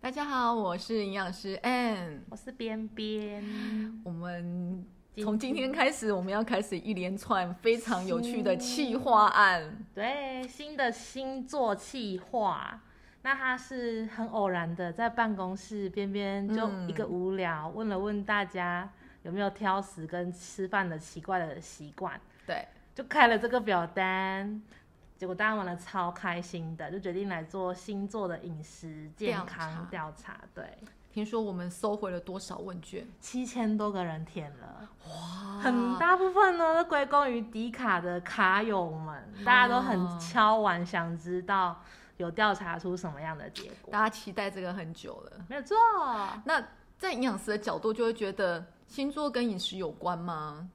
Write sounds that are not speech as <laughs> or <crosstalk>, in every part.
大家好，我是营养师 Ann。我是边边， <sighs> 我们今从今天开始，我们要开始一连串非常有趣的嗯企划案。对新的星座企划。那他是很偶然的，在办公室边边就嗯一个无聊，问了问大家有没有挑食跟吃饭的奇怪的习惯，对，就开了这个表单，结果大家玩的超开心的，就决定来做星座的饮食健康调查，对，听说我们收回了多少问卷？七千多个人填了，哇很。大部分呢都归功于迪卡的卡友们，大家都很敲完，想知道有调查出什么样的结果。大家期待这个很久了。没有错，那在营养师的角度，就会觉得星座跟饮食有关吗？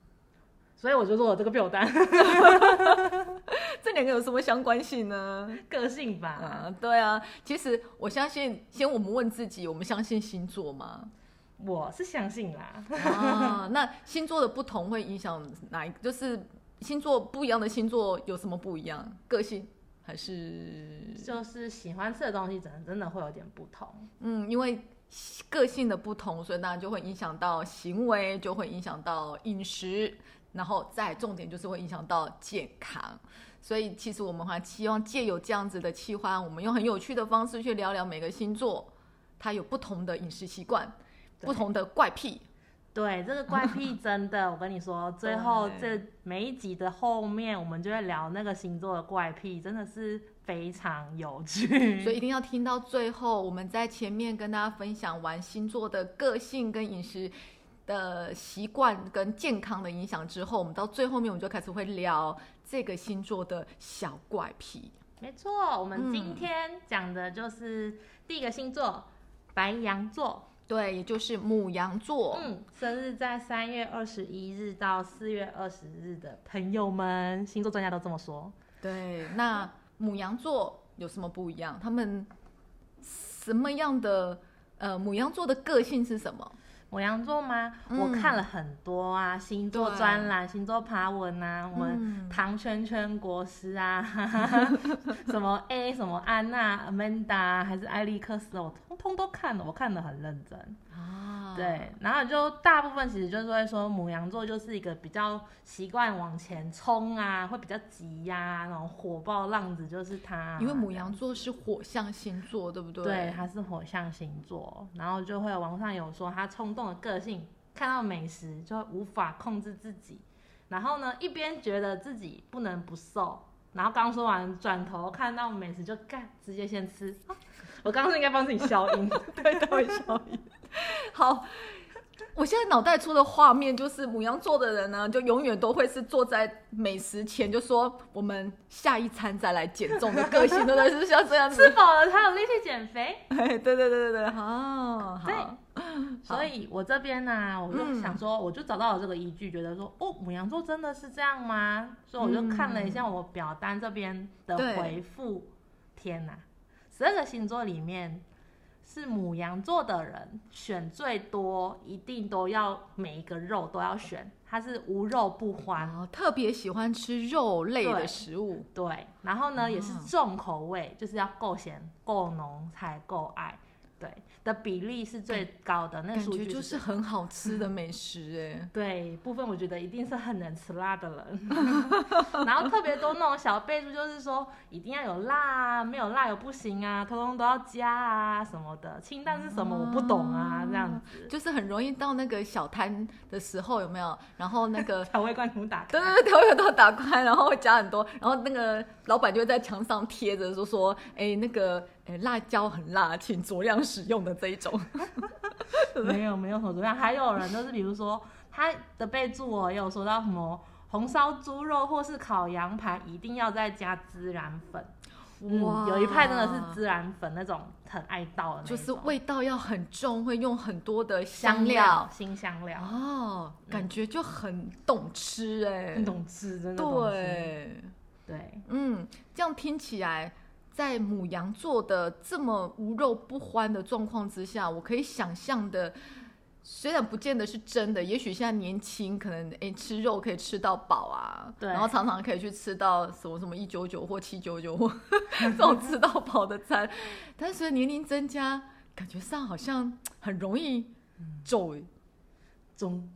所以我就做了这个表单， <laughs> <laughs> 这两个有什么相关性呢？个性吧。啊，对啊，其实我相信，先我们问自己，我们相信星座吗？我是相信啦，啊，那星座的不同会影响哪一？就是星座不一样的星座有什么不一样？个性还是就是喜欢吃的东西，真的真的会有点不同。嗯，因为个性的不同，所以当然就会影响到行为，就会影响到饮食，然后再重点就是会影响到健康。所以其实我们还希望借由这样子的企划，我们用很有趣的方式去聊聊每个星座，它有不同的饮食习惯，对不同的怪癖。对，这个怪癖真的，我跟你说，最后对 <laughs> 这每一集的后面，我们就会聊那个星座的怪癖，真的是非常有趣。所以一定要听到最后。我们在前面跟大家分享完星座的个性跟饮食的习惯跟健康的影响之后，我们到最后面我们就开始会聊这个星座的小怪癖。没错，我们嗯今天讲的就是第一个星座、白羊座。对，也就是母羊座。嗯，生日在三月二十一日到四月二十日的朋友们，星座专家都这么说。对，那母羊座有什么不一样？他们什么样的呃母羊座的个性是什么？母羊座吗？嗯我看了很多啊，星座对专栏、星座爬文啊，我们嗯糖圈圈国师 <laughs> 啊，什么 A 什么安娜、Amanda 还是艾利克斯，我通通都看了，我看得很认真。啊，对，然后就大部分其实就是会说母羊座就是一个比较习惯往前冲啊，会比较急呀、那种火爆浪子就是他啊、因为母羊座是火象星座，对不对？对，他是火象星座，然后就会网上有说他冲动的个性，看到美食就会无法控制自己，然后呢一边觉得自己不能不瘦，然后刚说完转头看到美食就干，直接先吃。啊我刚刚是应该帮自己消 <laughs> 音，对，他会笑你。好，我现在脑袋出的画面就是母羊座的人呢，就永远都会是坐在美食前，就说我们下一餐再来减重的个性，对不对？是不是像这样吃子？饱了才有力气减肥。哎， <laughs> 对对对对对，好，嗯对好， <laughs> 所以我这边呢、我就想说，我就找到了这个依据，觉得说，哦，母羊座真的是这样吗？所以我就看了一下嗯我表单这边的回复，天哪，十二个星座里面是母羊座的人选最多，一定都要每一个肉都要选，它是无肉不欢，好，特别喜欢吃肉类的对食物，对，然后呢、哦也是重口味，就是要够咸、够浓才够爱，对的比例是最高的，那个感数觉据就是是很好吃的美食，哎，对，部分我觉得一定是很能吃辣的人， <laughs> 然后特别多那种小备注，就是说一定要有辣啊，没有辣有不行啊，通通都要加啊什么的。清淡是什么我不懂啊，这样子就是很容易到那个小摊的时候，有没有？然后那个调味罐头打 <laughs> 对开。对对，调味都打开，然后会加很多，然后那个老板就会在墙上贴着说说，哎，那个哎辣椒很辣，请酌量使用的这一种。没有没有什么怎么样，还有人就是比如说他的备注哦，也有说到什么红烧猪肉或是烤羊排一定要再加孜然粉。嗯，有一派真的是孜然粉那种很爱到的那一就种，是味道要很重，会用很多的香料、新香料。哦，感觉就很懂吃哎、很懂吃，真的懂吃。对，对，嗯，这样听起来。在母羊座的这么无肉不欢的状况之下，我可以想象的，虽然不见得是真的，也许现在年轻，可能诶吃肉可以吃到饱啊，对然后常常可以去吃到什么什么一 <laughs> 九九或七九九或这种吃到饱的餐，但是随着年龄增加，感觉上好像很容易走中，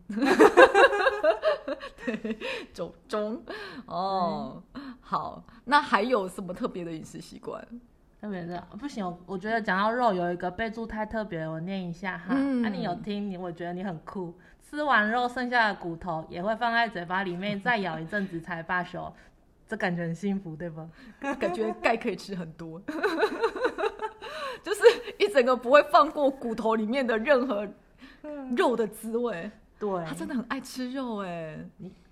对，走中哦。好，那还有什么特别的饮食习惯？特别的不行，我我觉得讲到肉有一个备注太特别，我念一下哈。嗯啊，你有听你？我觉得你很酷。吃完肉剩下的骨头也会放在嘴巴里面，再咬一阵子才罢休，这感觉很幸福，对吧？感觉钙可以吃很多， <laughs> 就是一整个不会放过骨头里面的任何肉的滋味。嗯对他真的很爱吃肉哎，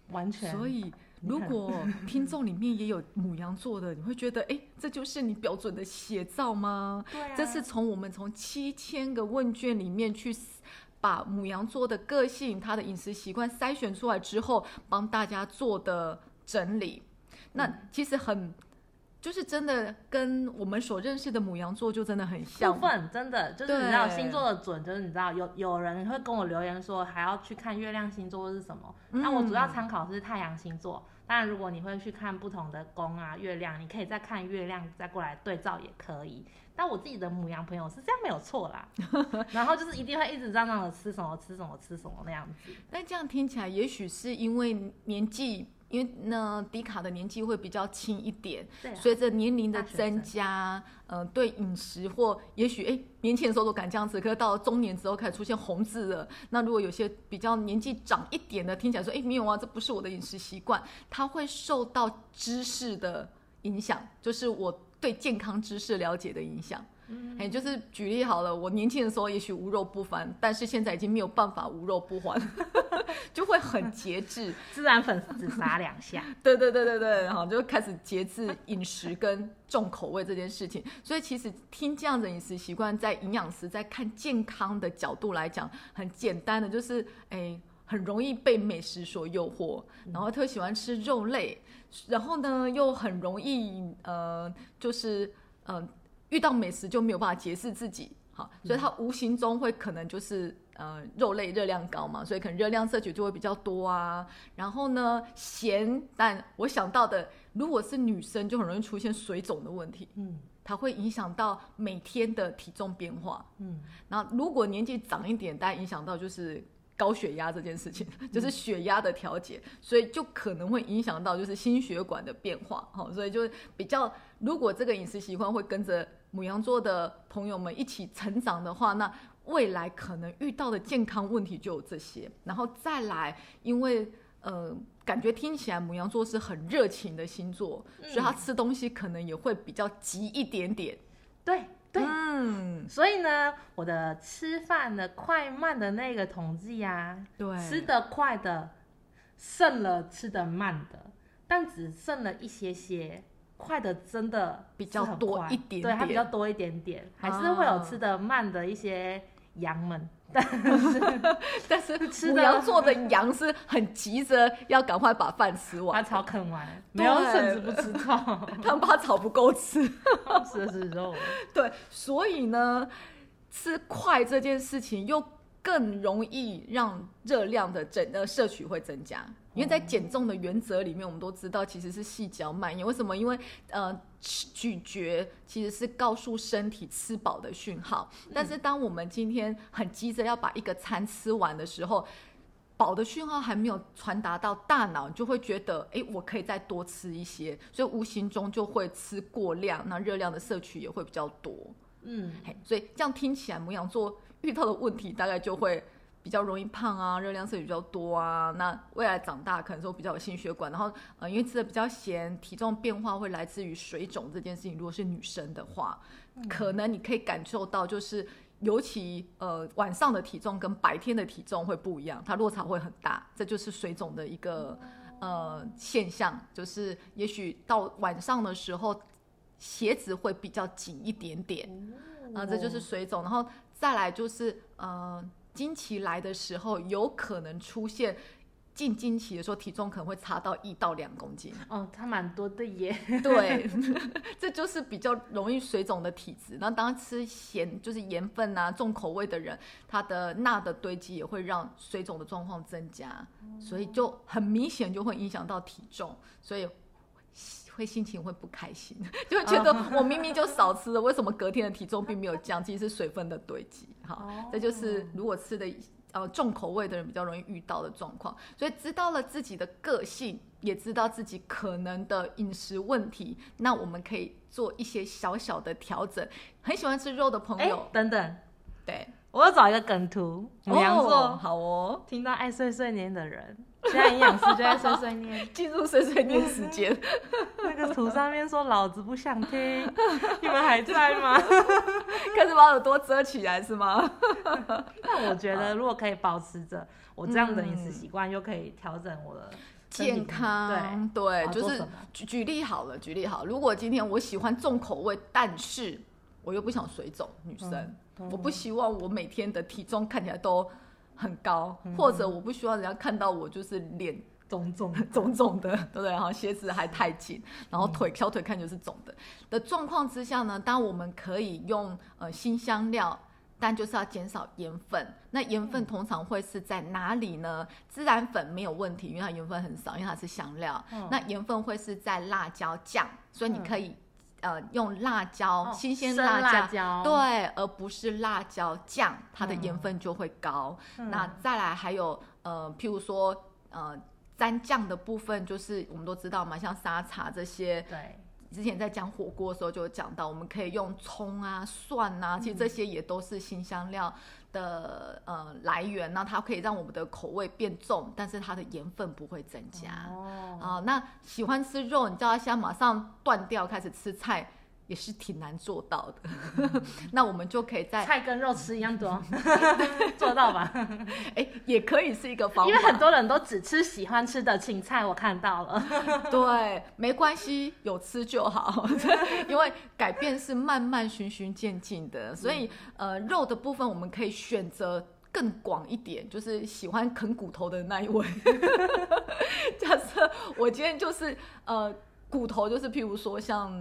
完全。所以你如看果听众里面也有母羊座的，你会觉得哎，这就是你标准的写照吗？对啊这是从我们从七千个问卷里面去思把母羊座的个性、他的饮食习惯筛选出来之后，帮大家做的整理。那其实很，就是真的跟我们所认识的母羊座就真的很部像。分真的就是对你知道星座的准，就是你知道有有人会跟我留言说还要去看月亮星座是什么，嗯那我主要参考是太阳星座。当然，如果你会去看不同的宫啊、月亮，你可以再看月亮再过来对照也可以。但我自己的母羊朋友是这样没有 <laughs> 错啦，然后就是一定会一直嚷嚷的吃什么吃什么吃什么那样子。但这样听起来，也许是因为年纪，因为呢，迪卡的年纪会比较轻一点，对、啊，随着年龄的大学生增加，呃，对饮食或也许诶，年轻的时候都敢这样子，可是到了中年之后开始出现红字了。那如果有些比较年纪长一点的，听起来说诶，没有啊，这不是我的饮食习惯，他会受到知识的影响，就是我对健康知识了解的影响。嗯哎，就是举例好了，我年轻的时候也许无肉不欢，但是现在已经没有办法无肉不欢， <laughs> 就会很节制。孜然粉只撒两下， <laughs> <laughs> 对对对对对，然后就开始节制饮食跟重口味这件事情。所以其实听这样的饮食习惯，在营养师在看健康的角度来讲，很简单的就是，哎，很容易被美食所诱惑，然后特喜欢吃肉类，然后呢又很容易呃，就是嗯、呃遇到美食就没有办法节制自己。好，所以他无形中会可能就是呃肉类热量高嘛，所以可能热量摄取就会比较多啊，然后呢，咸，但我想到的，如果是女生，就很容易出现水肿的问题，嗯它会影响到每天的体重变化。嗯，那如果年纪长一点，大家影响到就是高血压这件事情，嗯就是血压的调节，所以就可能会影响到就是心血管的变化。哦，所以就比较，如果这个饮食习惯会跟着母羊座的朋友们一起成长的话，那未来可能遇到的健康问题就有这些，然后再来，因为呃，感觉听起来母羊座是很热情的星座，嗯所以他吃东西可能也会比较急一点点。对对，嗯，所以呢，我的吃饭的快慢的那个统计啊，对，吃得快的胜了吃得慢的，但只剩了一些些。快的真的比较是很多快一点对，它比点较多一点点，还是会有啊吃得慢的一些羊们，但是吃母的羊座的羊是很急着要赶快把饭吃 <laughs> 把完，草啃完，对没有甚至不吃草，他们怕草不够吃。 <laughs> 吃的是肉，对，所以呢，吃快这件事情又更容易让热量的整呃摄取会增加，因为在减重的原则里面，我们都知道其实是细嚼慢咽。为什么？因为呃，吃咀嚼其实是告诉身体吃饱的讯号，但是当我们今天很急着要把一个餐吃完的时候。饱的讯号还没有传达到大脑，你就会觉得，诶，我可以再多吃一些，所以无形中就会吃过量，那热量的摄取也会比较多。嗯，嘿，所以这样听起来，母羊座遇到的问题大概就会比较容易胖啊，热量摄取比较多啊。那未来长大可能说比较有心血管，然后呃，因为吃的比较咸，体重变化会来自于水肿这件事情。如果是女生的话，可能你可以感受到，就是尤其呃晚上的体重跟白天的体重会不一样，它落差会很大，这就是水肿的一个。呃，现象就是，也许到晚上的时候，鞋子会比较紧一点点，啊，这就是水肿。然后再来就是呃，经期来的时候，有可能出现近经期的时候，体重可能会差到一到两公斤。哦，它蛮多的耶，对， <laughs> 这就是比较容易水肿的体质。那当然吃咸就是盐分啊、重口味的人，他的钠的堆积也会让水肿的状况增加，所以就很明显就会影响到体重。所以会心情会不开心， <laughs> 就会觉得我明明就少吃了，为什么隔天的体重并没有降？其实是水分的堆积。好，哦这就是如果吃的呃重口味的人比较容易遇到的状况。所以知道了自己的个性，也知道自己可能的饮食问题，那我们可以做一些小小的调整。很喜欢吃肉的朋哎、友，等等，对，我要找一个梗图，母羊座、哦好哦，听到爱碎碎念的人，现在营养师就在碎碎念。进入碎碎念时间。 <laughs> 那个图上面说老子不想听， <laughs> 你们还在吗？开始把耳朵遮起来是吗？ <laughs> 但我觉得如果可以保持着我这样的饮食习惯，又可以调整我的身体健康，对，啊就做是什么举举例好了，举例好。如果今天我喜欢重口味，但是我又不想水肿，女生，嗯我不希望我每天的体重看起来都很高，嗯或者我不希望人家看到我就是脸种种。 <laughs> 肿肿的，对不对？然后鞋子还太紧，然后嗯腿、小腿看起来是肿的的状况之下呢，当我们可以用呃新香料，但就是要减少盐分。那盐嗯分通常会是在哪里呢？孜然粉没有问题，因为它盐分很少，因为它是香料。嗯那盐分会是在辣椒酱，所以你嗯可以、呃用辣椒、哦新鲜生辣椒辣椒对，而不是辣椒酱，它的盐嗯分就会高。嗯那再来还有呃，譬如说呃蘸酱的部分，就是我们都知道嘛，像沙茶这些，对，之前在讲火锅的时候就有讲到，我们可以用葱啊、蒜嗯啊，其实这些也都是新香料的呃来源，那它可以让我们的口味变重，但是它的盐分不会增加。哦，啊、那喜欢吃肉，你叫他现在马上断掉开始吃菜，也是挺难做到的。 <laughs> 那我们就可以在嗯菜跟肉吃一样 <laughs> 多，做到吧？哎，也可以是一个方因为很法，多人都只吃喜欢吃的青菜，我看到 <laughs> 了。对，没关系，有吃就好， <laughs> 因为改变是慢慢循序渐进的，所以呃，肉的部分我们可以选择。更广一点，就是喜欢啃骨头的那一位。 <laughs> 假设我今天就是呃骨头，就是譬如说像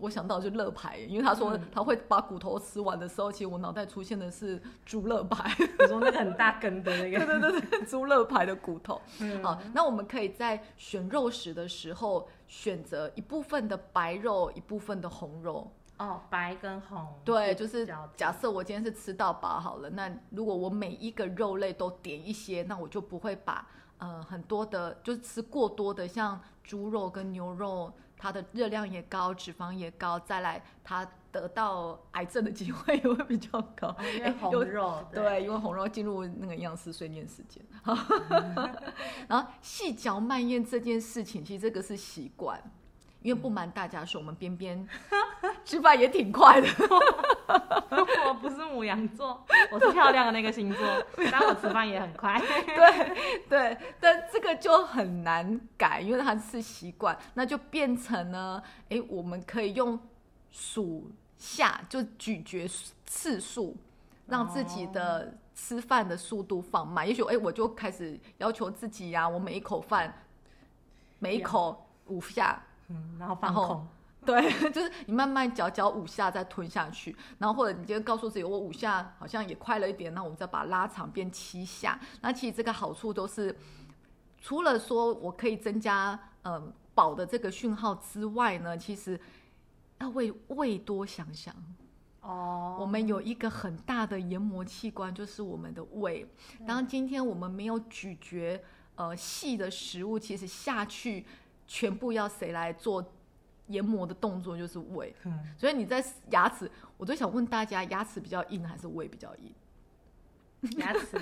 我想到就乐牌，因为他说他会把骨头吃完的时候，其实我脑袋出现的是猪乐牌。 <laughs> 你说那个很大根的那个，对对对，猪肋排的骨头。嗯好，那我们可以在选肉食的时候选择一部分的白肉，一部分的红肉。哦，白跟红，对，就是交替假设我今天是吃到饱好了，那如果我每一个肉类都点一些，那我就不会把呃很多的，就是吃过多的，像猪肉跟牛肉，它的热量也高，脂肪也高，再来它得到癌症的机会也会比较高。哦因为哎红有肉，对，因为红肉进入那个营养师碎念时间，然后细嚼慢咽这件事情，其实这个是习惯。因为不瞒大家说，我们边边吃饭也挺快的， <laughs> 我不是母羊座，我是漂亮的那个星座，但我吃饭也很快。 <laughs> <laughs> 对，但这个就很难改，因为它是习惯，那就变成呢，诶，我们可以用数下，就咀嚼次数，让自己的吃饭的速度放慢。也许诶，我就开始要求自己呀、我每一口饭，每一口五下，嗯，然后放然后空，对， <laughs> 就是你慢慢嚼嚼五下再吞下去，然后或者你今天告诉自己我五下好像也快了一点，那我们再把它拉长变七下。那其实这个好处都是，除了说我可以增加嗯饱的这个讯号之外呢，其实要为胃多想想。哦，我们有一个很大的研磨器官，就是我们的胃。当今天我们没有咀嚼呃细的食物，其实下去全部要谁来做研磨的动作，就是胃。嗯所以你在牙齿，我最想问大家，牙齿比较硬还是胃比较硬？ <laughs> 牙齿， <laughs>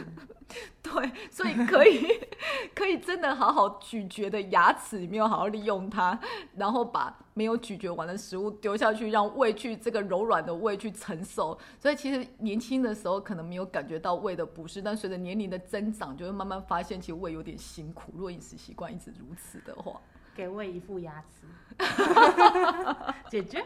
对，所以可以 <laughs> 可以真的好好咀嚼的牙齿，你没有好好利用它，然后把没有咀嚼完的食物丢下去，让胃去这个柔软的胃去承受。所以其实年轻的时候可能没有感觉到胃的不适，但随着年龄的增长，就会慢慢发现其实胃有点辛苦。如果饮食习惯一直如此的话，给胃一副牙 <laughs> 齿，解决。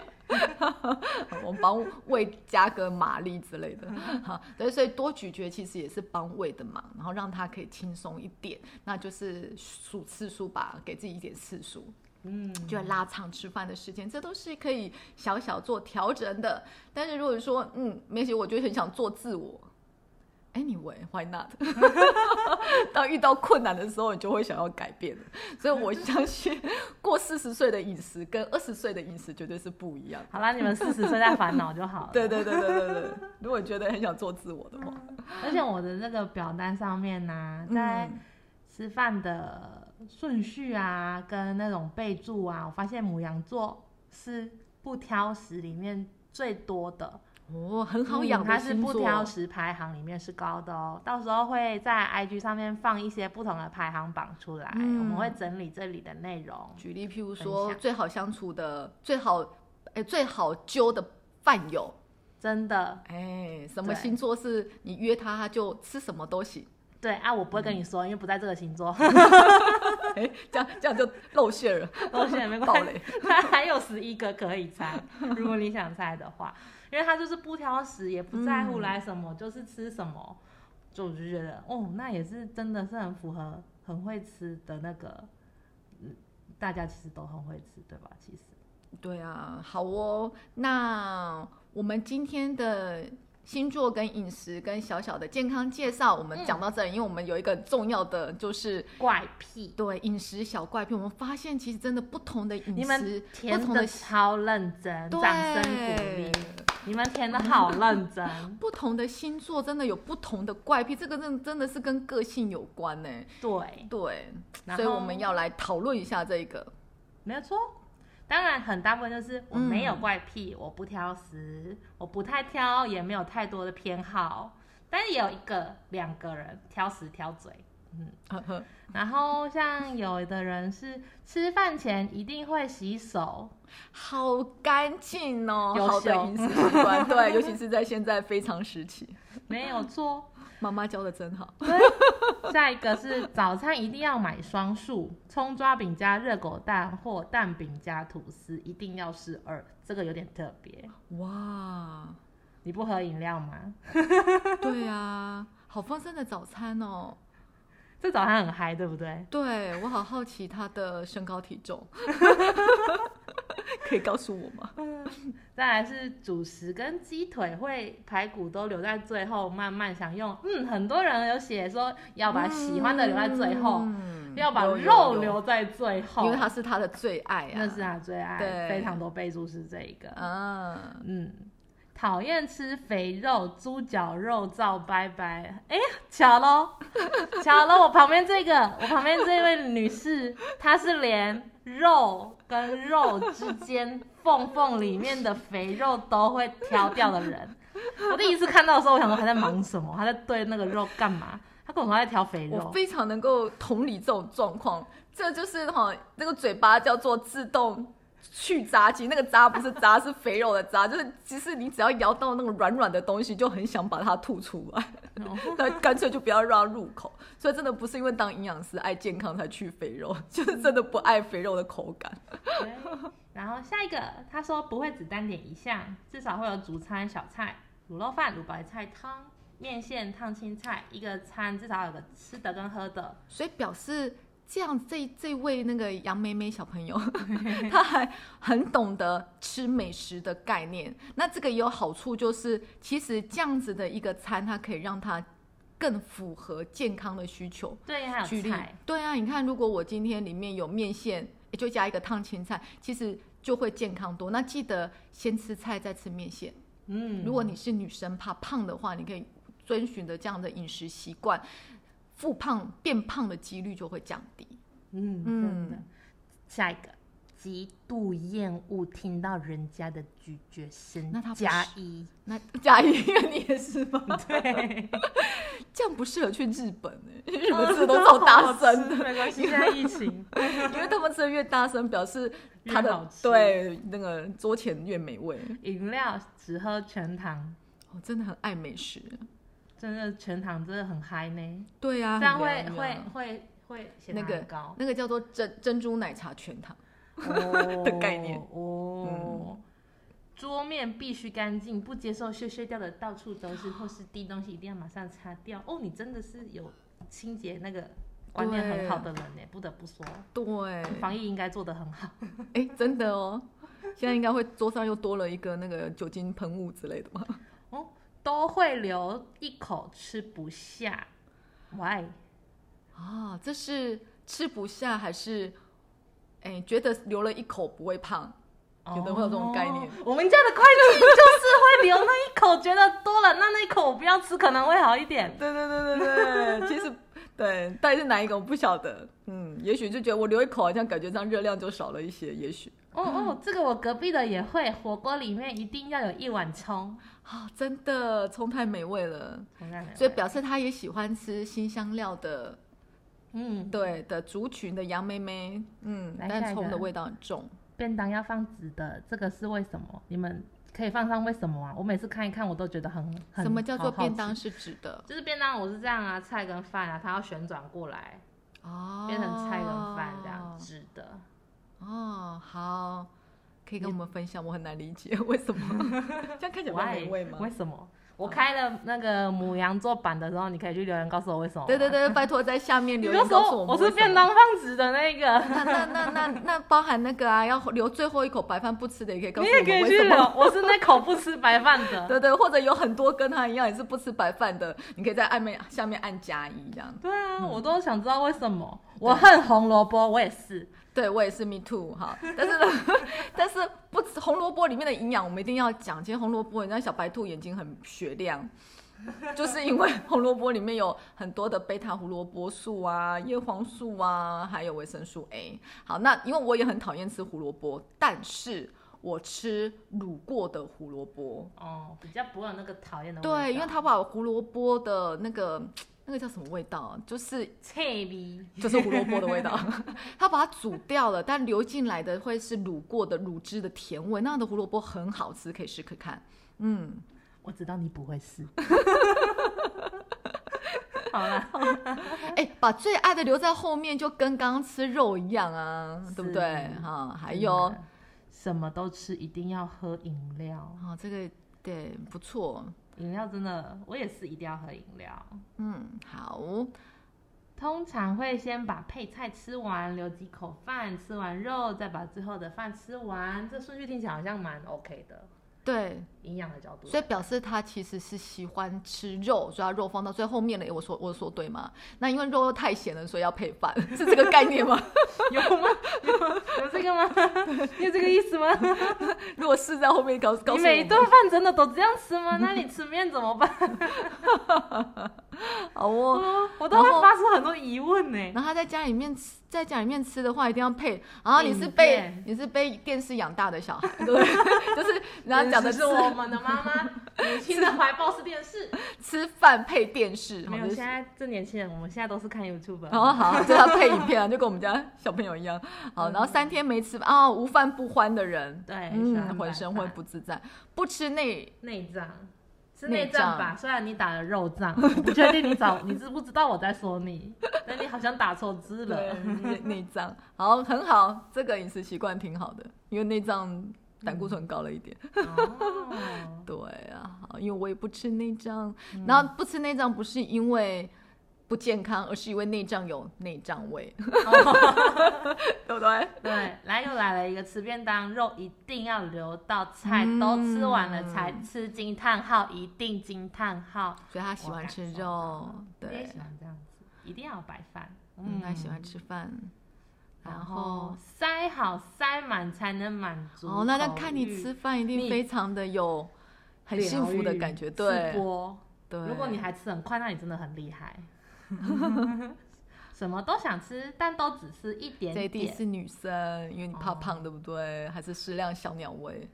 我们帮胃加个马力之类的， <laughs> 好，对，所以多咀嚼其实也是帮胃的忙，然后让它可以轻松一点，那就是数次数吧，给自己一点次数，嗯，就拉长吃饭的时间，这都是可以小小做调整的。但是如果说，嗯，没有，我就很想做自我， Anyway，why not？当遇到困难的时候，你就会想要改变的。所以我相信，过四十岁的饮食跟二十岁的饮食绝对是不一样的。好啦，你们四十岁再烦恼就好了。对对对对对对，如果觉得很想做自我的话，而且我的那个表单上面呢、啊，在吃饭的顺序啊，跟那种备注啊，我发现母羊座是不挑食里面最多的。哦，很好养、嗯，它是不挑食排行里面是高的哦。到时候会在 IG 上面放一些不同的排行榜出来，嗯、我们会整理这里的内容。举例，譬如说最好相处的、最好哎、欸、最好揪的饭友，真的哎、欸，什么星座是你约他他就吃什么都行。 <laughs> 对啊，我不会跟你说，嗯、因为不在这个星 <laughs> 座。哎欸，这样这样就露馅了，露馅没 <laughs> 关系。它还有十一个可以猜，如果你想猜的话，因为他就是不挑食，也不在乎来什么，嗯、就是吃什么。就我就觉得，哦，那也是真的是很符合很会吃的那个，嗯大家其实都很会吃，对吧？其实。对啊，好哦，那我们今天的。星座跟饮食跟小小的健康介绍，我们讲到这里，嗯、因为我们有一个重要的就是怪癖，对饮食小怪癖，我们发现其实真的不同的饮食，不同的超认真，掌声鼓励，你们填的好认真， <laughs> 不同的星座真的有不同的怪癖，这个真真的是跟个性有关呢、欸，对对，所以我们要来讨论一下这个，没有错。当然，很大部分就是我没有怪癖，嗯、我不挑食，我不太挑，也没有太多的偏好。但是也有一个、两个人挑食挑嘴，嗯，呵呵然后像有的人是吃饭前一定会洗手，好干净哦，好的饮食习惯，对，尤其是在现在非常时期，没有错，妈妈教的真好。下一个是早餐一定要买双数，葱抓饼加热狗蛋或蛋饼加吐司，一定要是二，这个有点特别哇！你不喝饮料吗？对啊，好丰盛的早餐哦。这早餐很嗨，对不对？对我好好奇他的身高体重， <laughs> 可以告诉我吗？嗯，再来是主食跟鸡腿会排骨都留在最后，慢慢享用。嗯，很多人有写说要 <laughs> 把喜欢的留在最后，嗯、要把肉留在最后，因为它是他的最爱啊，那是他最爱，非常多备注是这一个啊，嗯。讨厌吃肥肉、猪脚肉燥拜拜。哎，巧喽，巧喽！我旁边这个，我旁边这位女士，她是连肉跟肉之间缝缝里面的肥肉都会挑掉的人。我第一次看到的时候，我想说她在忙什么？她在对那个肉干嘛？她跟我说她在挑肥肉。我非常能够同理这种状况，这就是哈、哦，那个嘴巴叫做自动。去渣机，那个渣不是渣，是肥肉的渣，就是 <laughs> 其实你只要咬到那个软软的东西，就很想把它吐出来，哦 <laughs> 那干脆就不要让它入口。所以真的不是因为当营养师爱健康才去肥肉，就是真的不爱肥肉的口感。对，然后下一个他说不会只单点一项，至少会有主餐、小菜、卤肉饭、卤白菜汤、面线、烫青菜，一个餐至少有个吃的跟喝的，所以表示。这样，这这位那个杨妹妹小朋友，她还很懂得吃美食的概念。那这个也有好处，就是其实这样子的一个餐，它可以让她更符合健康的需求。对，还有举例，对啊，你看，如果我今天里面有面线，就加一个烫青菜，其实就会健康多。那记得先吃菜，再吃面线。嗯，如果你是女生怕胖的话，你可以遵循的这样的饮食习惯。复胖变胖的几率就会降低。嗯，真的。嗯、下一个，极度厌恶听到人家的咀嚼声。那他加一， <laughs> 那加一，因为你也是 <laughs> 吗？ <laughs> 对，这样不适合去日本哎、欸，日本吃的都超大声的，哦没关系，现在疫情， <laughs> 因为他们吃的越大声，表示他的对那个桌前越美味。饮料只喝全糖，我、哦、真的很爱美食。真的全糖真的很嗨呢，对呀、啊，这样会会会会显得很那個，高、那个叫做珍珍珠奶茶全糖、oh, <laughs> 的概念哦。嗯、桌面必须干净，不接受屑屑掉的到处都是，或是滴东西一定要马上擦掉。哦，你真的是有清洁那个观念很好的人呢，不得不说，对，防疫应该做得很好。哎欸，真的哦，现在应该会桌上又多了一个那个酒精喷雾之类的吧？哦。都会留一口吃不下，why？ <laughs> 啊，这是吃不下还是哎觉得留了一口不会胖？有的会有这种概念。哦我们家的会计就是会留那一口，觉得多了，那那一口我不要吃，可能会好一点。对对对对对，其实对，到底是哪一个我不晓得。嗯，也许就觉得我留一口，好像感觉这样热量就少了一些，也许哦嗯哦，这个我隔壁的也会，火锅里面一定要有一碗葱，啊、真的葱太美味了，从来没有所以表示他也喜欢吃新香料的，嗯，对的族群的杨妹妹，嗯，来下但一葱个的味道很重。便当要放纸的，这个是为什么？你们可以放上为什么啊？我每次看一看，我都觉得很很什么叫做好好奇便当？是指的？就是便当，我是这样啊，菜跟饭啊，它要旋转过来，哦，变成菜跟饭这样纸的。哦，好，可以跟我们分享，我很难理解 <laughs> 为什么这样看起来比较美味 Why？吗？哦为什么？我开了那个母羊座版的时候，你可以去留言告诉我为什么。啊对对，对，拜托在下面你留就言告诉说我我们是为什么便。当放纸的那个，那 <laughs> 那那那那包含那个啊，要留最后一口白饭不吃的，也可以告你诉也我可们以为去什留么。。我是那口不吃白饭的。对对，或者有很多跟他一样也是不吃白饭的，你可以在按面下面按加一这样。对啊，我都想知道为什么。我恨红萝卜，我也是。对我也是 me too 哈，但是呢， <laughs> 但是不吃红萝卜里面的营养我们一定要讲。其实红萝卜，人家小白兔眼睛很雪亮，就是因为红萝卜里面有很多的贝塔胡萝卜素啊、叶黄素啊，还有维生素 A。好，那因为我也很讨厌吃胡萝卜，但是我吃卤过的胡萝卜，哦，比较不会有那个讨厌的味道。对，因为它把胡萝卜的那个那个叫什么味道啊，就是脆逼。就是胡萝卜的味道， <laughs> 它把它煮掉了，但流进来的会是卤过的卤汁的甜味，那样的胡萝卜很好吃，可以试试看。嗯，我知道你不会 <laughs> 是。好啦，哎、把最爱的留在后面，就跟刚刚吃肉一样啊，对不对？是哈、还有啊、嗯什么都吃，一定要喝饮料。这个对不错，饮料真的，我也是一定要喝饮料。嗯，好，通常会先把配菜吃完，留几口饭，吃完肉，再把最后的饭吃完。这顺序听起来好像蛮 OK 的，对，营养的角度。所以表示他其实是喜欢吃肉，所以他肉放到最后面了。诶我说我说对吗？那因为肉又太咸了，所以要配饭， <laughs> 是这个概念吗？ <laughs> 有吗？有有这个吗？你 <laughs> 有这个意思吗？如果是在后面告告你诉每我一们顿饭真的都这样吃吗？那你吃面怎么办？好 <laughs> 哦。我都会然后发出很多疑问呢、然后他在家里面吃，在家里面吃的话，一定要配。然后你是影被片你是被电视养大的小 <laughs> 孩，对不对？就是然后讲的电视是我们的妈 <laughs> 妈，母亲的怀抱是电视。吃饭配电视，没好有，就现是在这年轻人，我们现在都是看 YouTube。哦，好，就要配影片啊，就跟我们家小朋友一样。好，然后三天没吃啊、哦，无饭不欢的人，嗯对喜嗯，欢白浑身会饭不自在，不吃内内脏是内内脏吧？虽然你打了肉 <laughs> 脏，我不确定你找你知不知道我在说你，但你好像打错字了。内内脏，好，很好，这个饮食习惯挺好的，因为内脏胆固醇高了一点。哦，对啊，好因为我也不吃内脏，然后不吃内脏不是因为不健康，而是因为内脏有内脏 <laughs> 味，对不对？ <laughs> 对，来又来了一个吃便当，肉一定要留到菜都吃完了才吃，惊叹号一定惊叹号。所以他喜欢吃肉，我也对喜，欢这样子，一定要有白饭。嗯，他喜欢吃饭，然然后后。塞好塞满才能满足。哦，那那看你吃，饭一定你非常的有很幸福的感觉，对吃播。对。如果你还吃很快，那你真的很 <laughs> 厉害。什么都想吃，但都只吃一点这一定点。是女生，因为你怕哦胖，对不对？还是适量小鸟胃，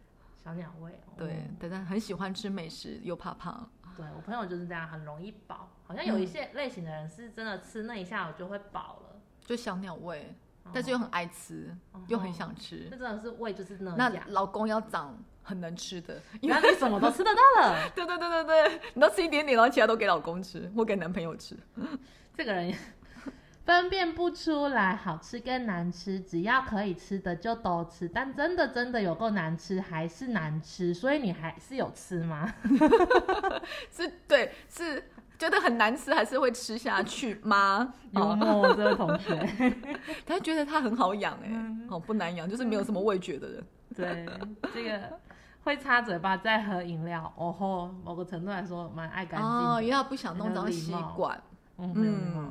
小鸟胃，哦对，但是很喜欢吃美食又怕胖，对我朋友就是这样，很容易饱。好像有一些类型的人是真的吃那一下我就会饱了，就小鸟胃。哦但是又很爱吃，又很想这吃。真的是胃就是那那样。老公要长很能吃的，因为原来你什么都吃得到了， <laughs> 对对对对对， <laughs> 你都吃一点点，然后其他都给老公吃或给男朋友吃。这个人也 <laughs> 分辨不出来好吃跟难吃，只要可以吃的就都吃，但真的真的有够难吃还是难吃，所以你还是有吃吗？ <laughs> 是，对，是觉得很难吃，还是会吃下去吗？ <laughs> <laughs> 幽哦，默这位同学。 <laughs> 他欸嗯觉得他很好养哎、哦不难养，就是没有什么味觉的人。对，这个会擦嘴巴再喝饮料，哦吼，某个程度来说蛮爱干净的。哦，因为他不想弄脏吸管。嗯，没有礼貌了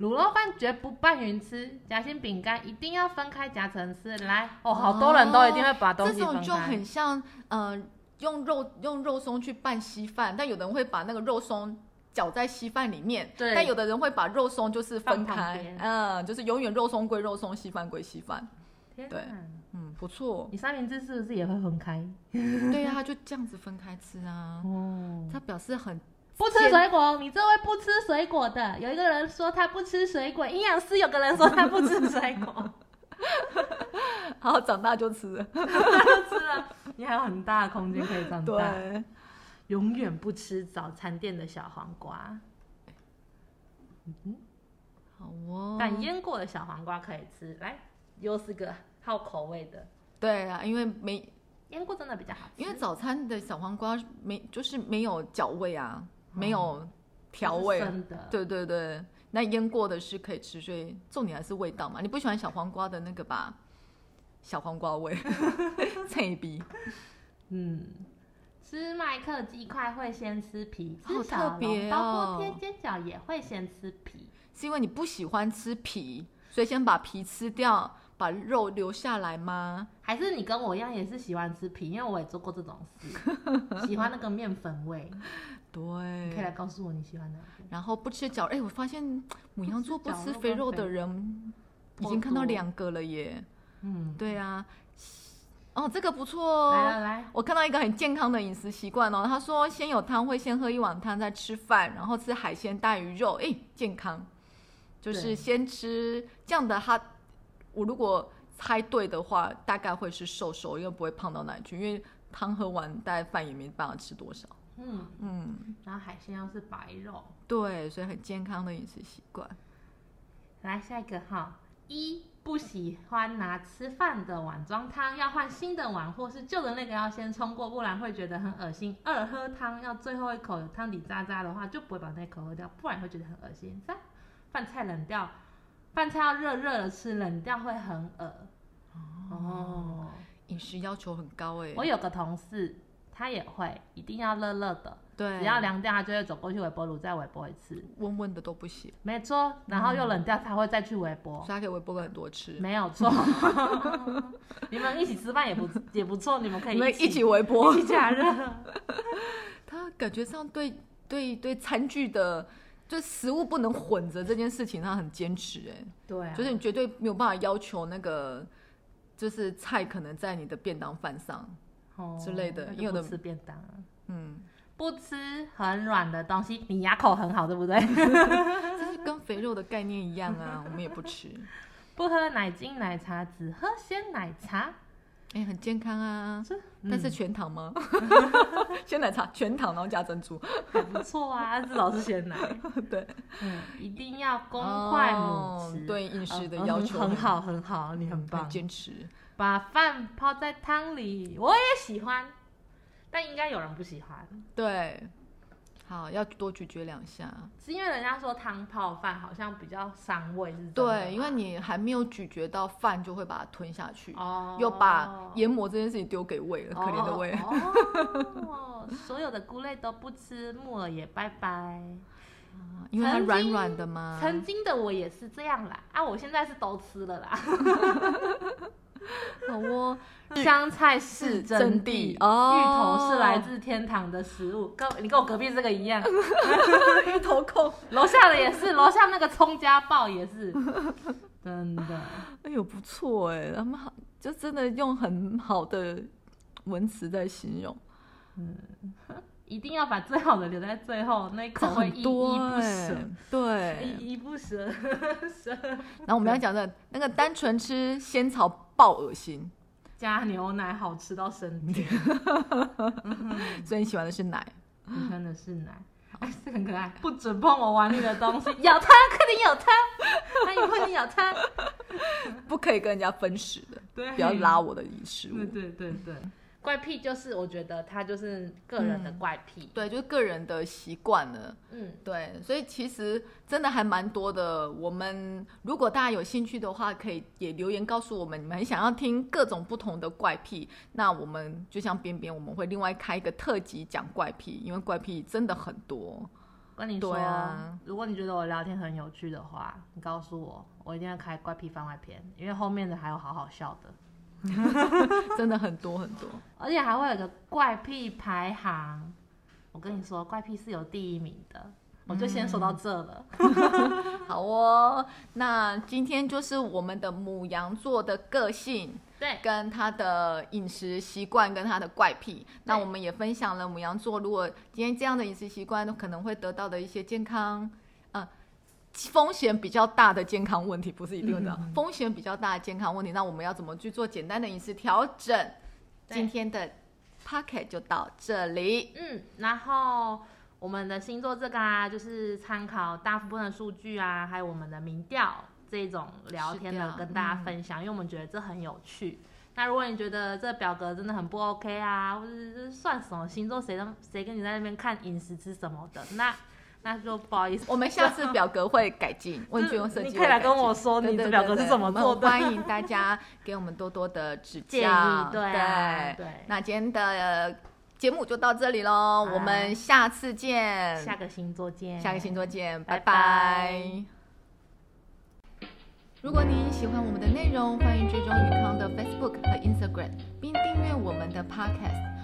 卤肉饭绝不拌匀吃，夹心饼干一定要分开夹层吃。来，哦，好多人都一定会把东哦这西分开。种就很像，呃，用肉用肉松去拌稀饭，但有的人会把那个肉松搅在稀饭里面，对但有的人会把肉松就是分放旁开边，嗯，就是永远肉松归肉松，稀饭归稀饭，天对哪，嗯，不错 <laughs> 你三明治是不是也会分开？对呀、啊，就这样子分开吃啊，哦，他表示 <laughs> 很不吃水果，你这位不吃水果的，有一个人说他不吃水果，营养师有个人说他不吃水 <laughs> 果，好，长大就吃了，吃了，你还有很大的空间可以长大。对，永远不吃早餐店的小黄瓜，好哦，但腌过的小黄瓜可以吃。来，又是个好口味的，对啊，因为没腌过真的比较好吃，因为早餐的小黄瓜没就是没有脚味啊，没有调味它是，哦生的。对对对，那腌过的是可以吃，所以重点还是味道嘛。你不喜欢小黄瓜的那个吧？小黄瓜味， <laughs> 菜逼，嗯，吃麦克鸡块会先吃皮，好吃小特别笼包、哦锅贴、煎饺也会先吃皮。是因为你不喜欢吃皮，所以先把皮吃掉，把肉留下来吗？还是你跟我一样也是喜欢吃皮，因为我也做过这种 <laughs> 事，喜欢那个面粉味。你可以来对。告诉我你喜欢哪一个？然后不吃绞，哎、我发现母羊座不不吃绞吃肉肥跟肉肥的人，已好经看到多两个了耶。嗯，对啊，哦，这个不错哦。来啊来来，我看到一个很健康的饮食习惯哦，他说先有汤会先喝一碗汤，再吃饭，然后吃海鲜、带鱼肉，诶，健康。就是对先吃这样的他，我如果猜对的话，大概会是瘦瘦，因为不会胖到哪里去，因为汤喝完，大概饭也没办法吃多少。嗯，嗯，然后海鲜要是白肉。对，所以很健康的饮食习惯。来下一个哈，一不喜欢拿吃饭的碗装汤，要换新的碗或是旧的那个要先冲过，不然会觉得很恶心。二喝汤要最后一口有汤底渣渣的话，就不会把那口喝掉，不然会觉得很恶心。三饭菜冷掉，饭菜要热热的吃，冷掉会很恶。哦，饮食要求很高诶，我有个同事，他也会一定要热热的，对，只要凉掉，他就会走过去微波炉再微波一次。温温的都不行，没错，然后又冷掉，他会再去微波所以。它可以微波个很多吃。没有错，你们一起吃饭也不也不错，你们可以你们一一起微波，一起加热。他感觉上对对对餐具的，就食物不能混着这件事情，他很坚持哎、 <laughs> 对、啊，就是你绝对没有办法要求那个，就是菜可能在你的便当饭上，哦之类的那因就为有的不吃便当啊，嗯，不吃很软的东西，你牙口很好，对不 <laughs> 对？这是跟肥肉的概念一样 <laughs> 啊，我们也不吃，不喝奶精奶茶，只喝鲜奶茶。哎、很健康啊，这但是全糖吗？嗯 <laughs> 鲜奶茶全糖，然后加珍珠， <laughs> 还不错啊， <laughs> 至少是鲜奶。对，嗯，一定要公筷母哦匙。对饮嗯，食的要求嗯很，好，很好，你很棒很。坚持，把饭泡在汤里，我也喜欢，但应该有人不喜欢。对，好，要多咀嚼两下，是因为人家说汤泡饭好像比较伤胃，是真的吗对，因为你还没有咀嚼到饭，就会把它吞下去，哦又把研磨这件事情丢给胃了，可怜的胃。哦，哦所有的菇类都不吃，木耳也拜拜。因为它曾经软软的嘛。曾经的我也是这样啦，啊，我现在是都吃 <laughs> 了啦。好 <laughs> 哦，香菜是真真谛谛，哦芋头是来自天堂的食物，跟你跟我隔壁这个一样，芋头控，楼下的也是，楼下那个葱家暴 <laughs> 也是，真的。哎呦不错哎，他们好就真的用很好的文词在形容，一定要把最好的留在最后，那一口会很依依多不哎舍，，对。依依不舍， <laughs> 舍然后我们要讲的那个单纯吃仙草爆恶心，加牛奶好吃到生 <laughs> 病，所以你喜欢的是奶，你真的是奶，哎，这个很可爱。不准碰我碗里的东西， <laughs> 咬它，快点咬它，哎，你快点咬它，不可以跟人家分食的， <laughs> 对，不要拉我的食物嗯对。对对对，怪癖就是我觉得他就是个人的怪癖，对，就是个人的习惯了。嗯，对，所以其实真的还蛮多的。我们如果大家有兴趣的话，可以也留言告诉我们，你们想要听各种不同的怪癖。那我们就像边边，我们会另外开一个特辑讲怪癖，因为怪癖真的很多。 <laughs> 跟你说，对啊如果你觉得我聊天很有趣的话，你告诉我，我一定要开怪癖番外篇，因为后面的还有好好笑的，真的很多很多。而且还会有一个怪癖排行。我跟你说，怪癖是有第一名的，我就先说到这了。好哦，那今天就是我们的母羊座的个性。对，跟他的饮食习惯跟他的怪癖。那我们也分享了母羊座，如果今天这样的饮食习惯，可能会得到的一些健康，呃，风险比较大的健康问题，不是一定的、嗯风险比较大的健康问题。那我们要怎么去做简单的饮食调整？对今天的 pocket 就到这里。嗯，然后我们的星座这个啊，就是参考大部分的数据啊，还有我们的民调这种聊天是的嗯的跟大家分享，因为我们觉得这很有趣。那如果你觉得这表格真的很不 OK 啊，或者是这算什么星座，谁跟谁跟你在那边看饮食吃什么的，那那就不好意思，我们下 <laughs> 次表格会改进，问卷设计你会可以来改进跟我说对你对这表对格是对怎么我们做的。欢迎大家给我们多多的指 <laughs> 建议教，对啊对那今天的呃节目就到这里喽，我们下次见，下个星座见，下个星座见，拜拜拜拜如果您喜欢我们的内容，欢迎追踪宇康的 Facebook 和 Instagram，并订阅我们的 Podcast。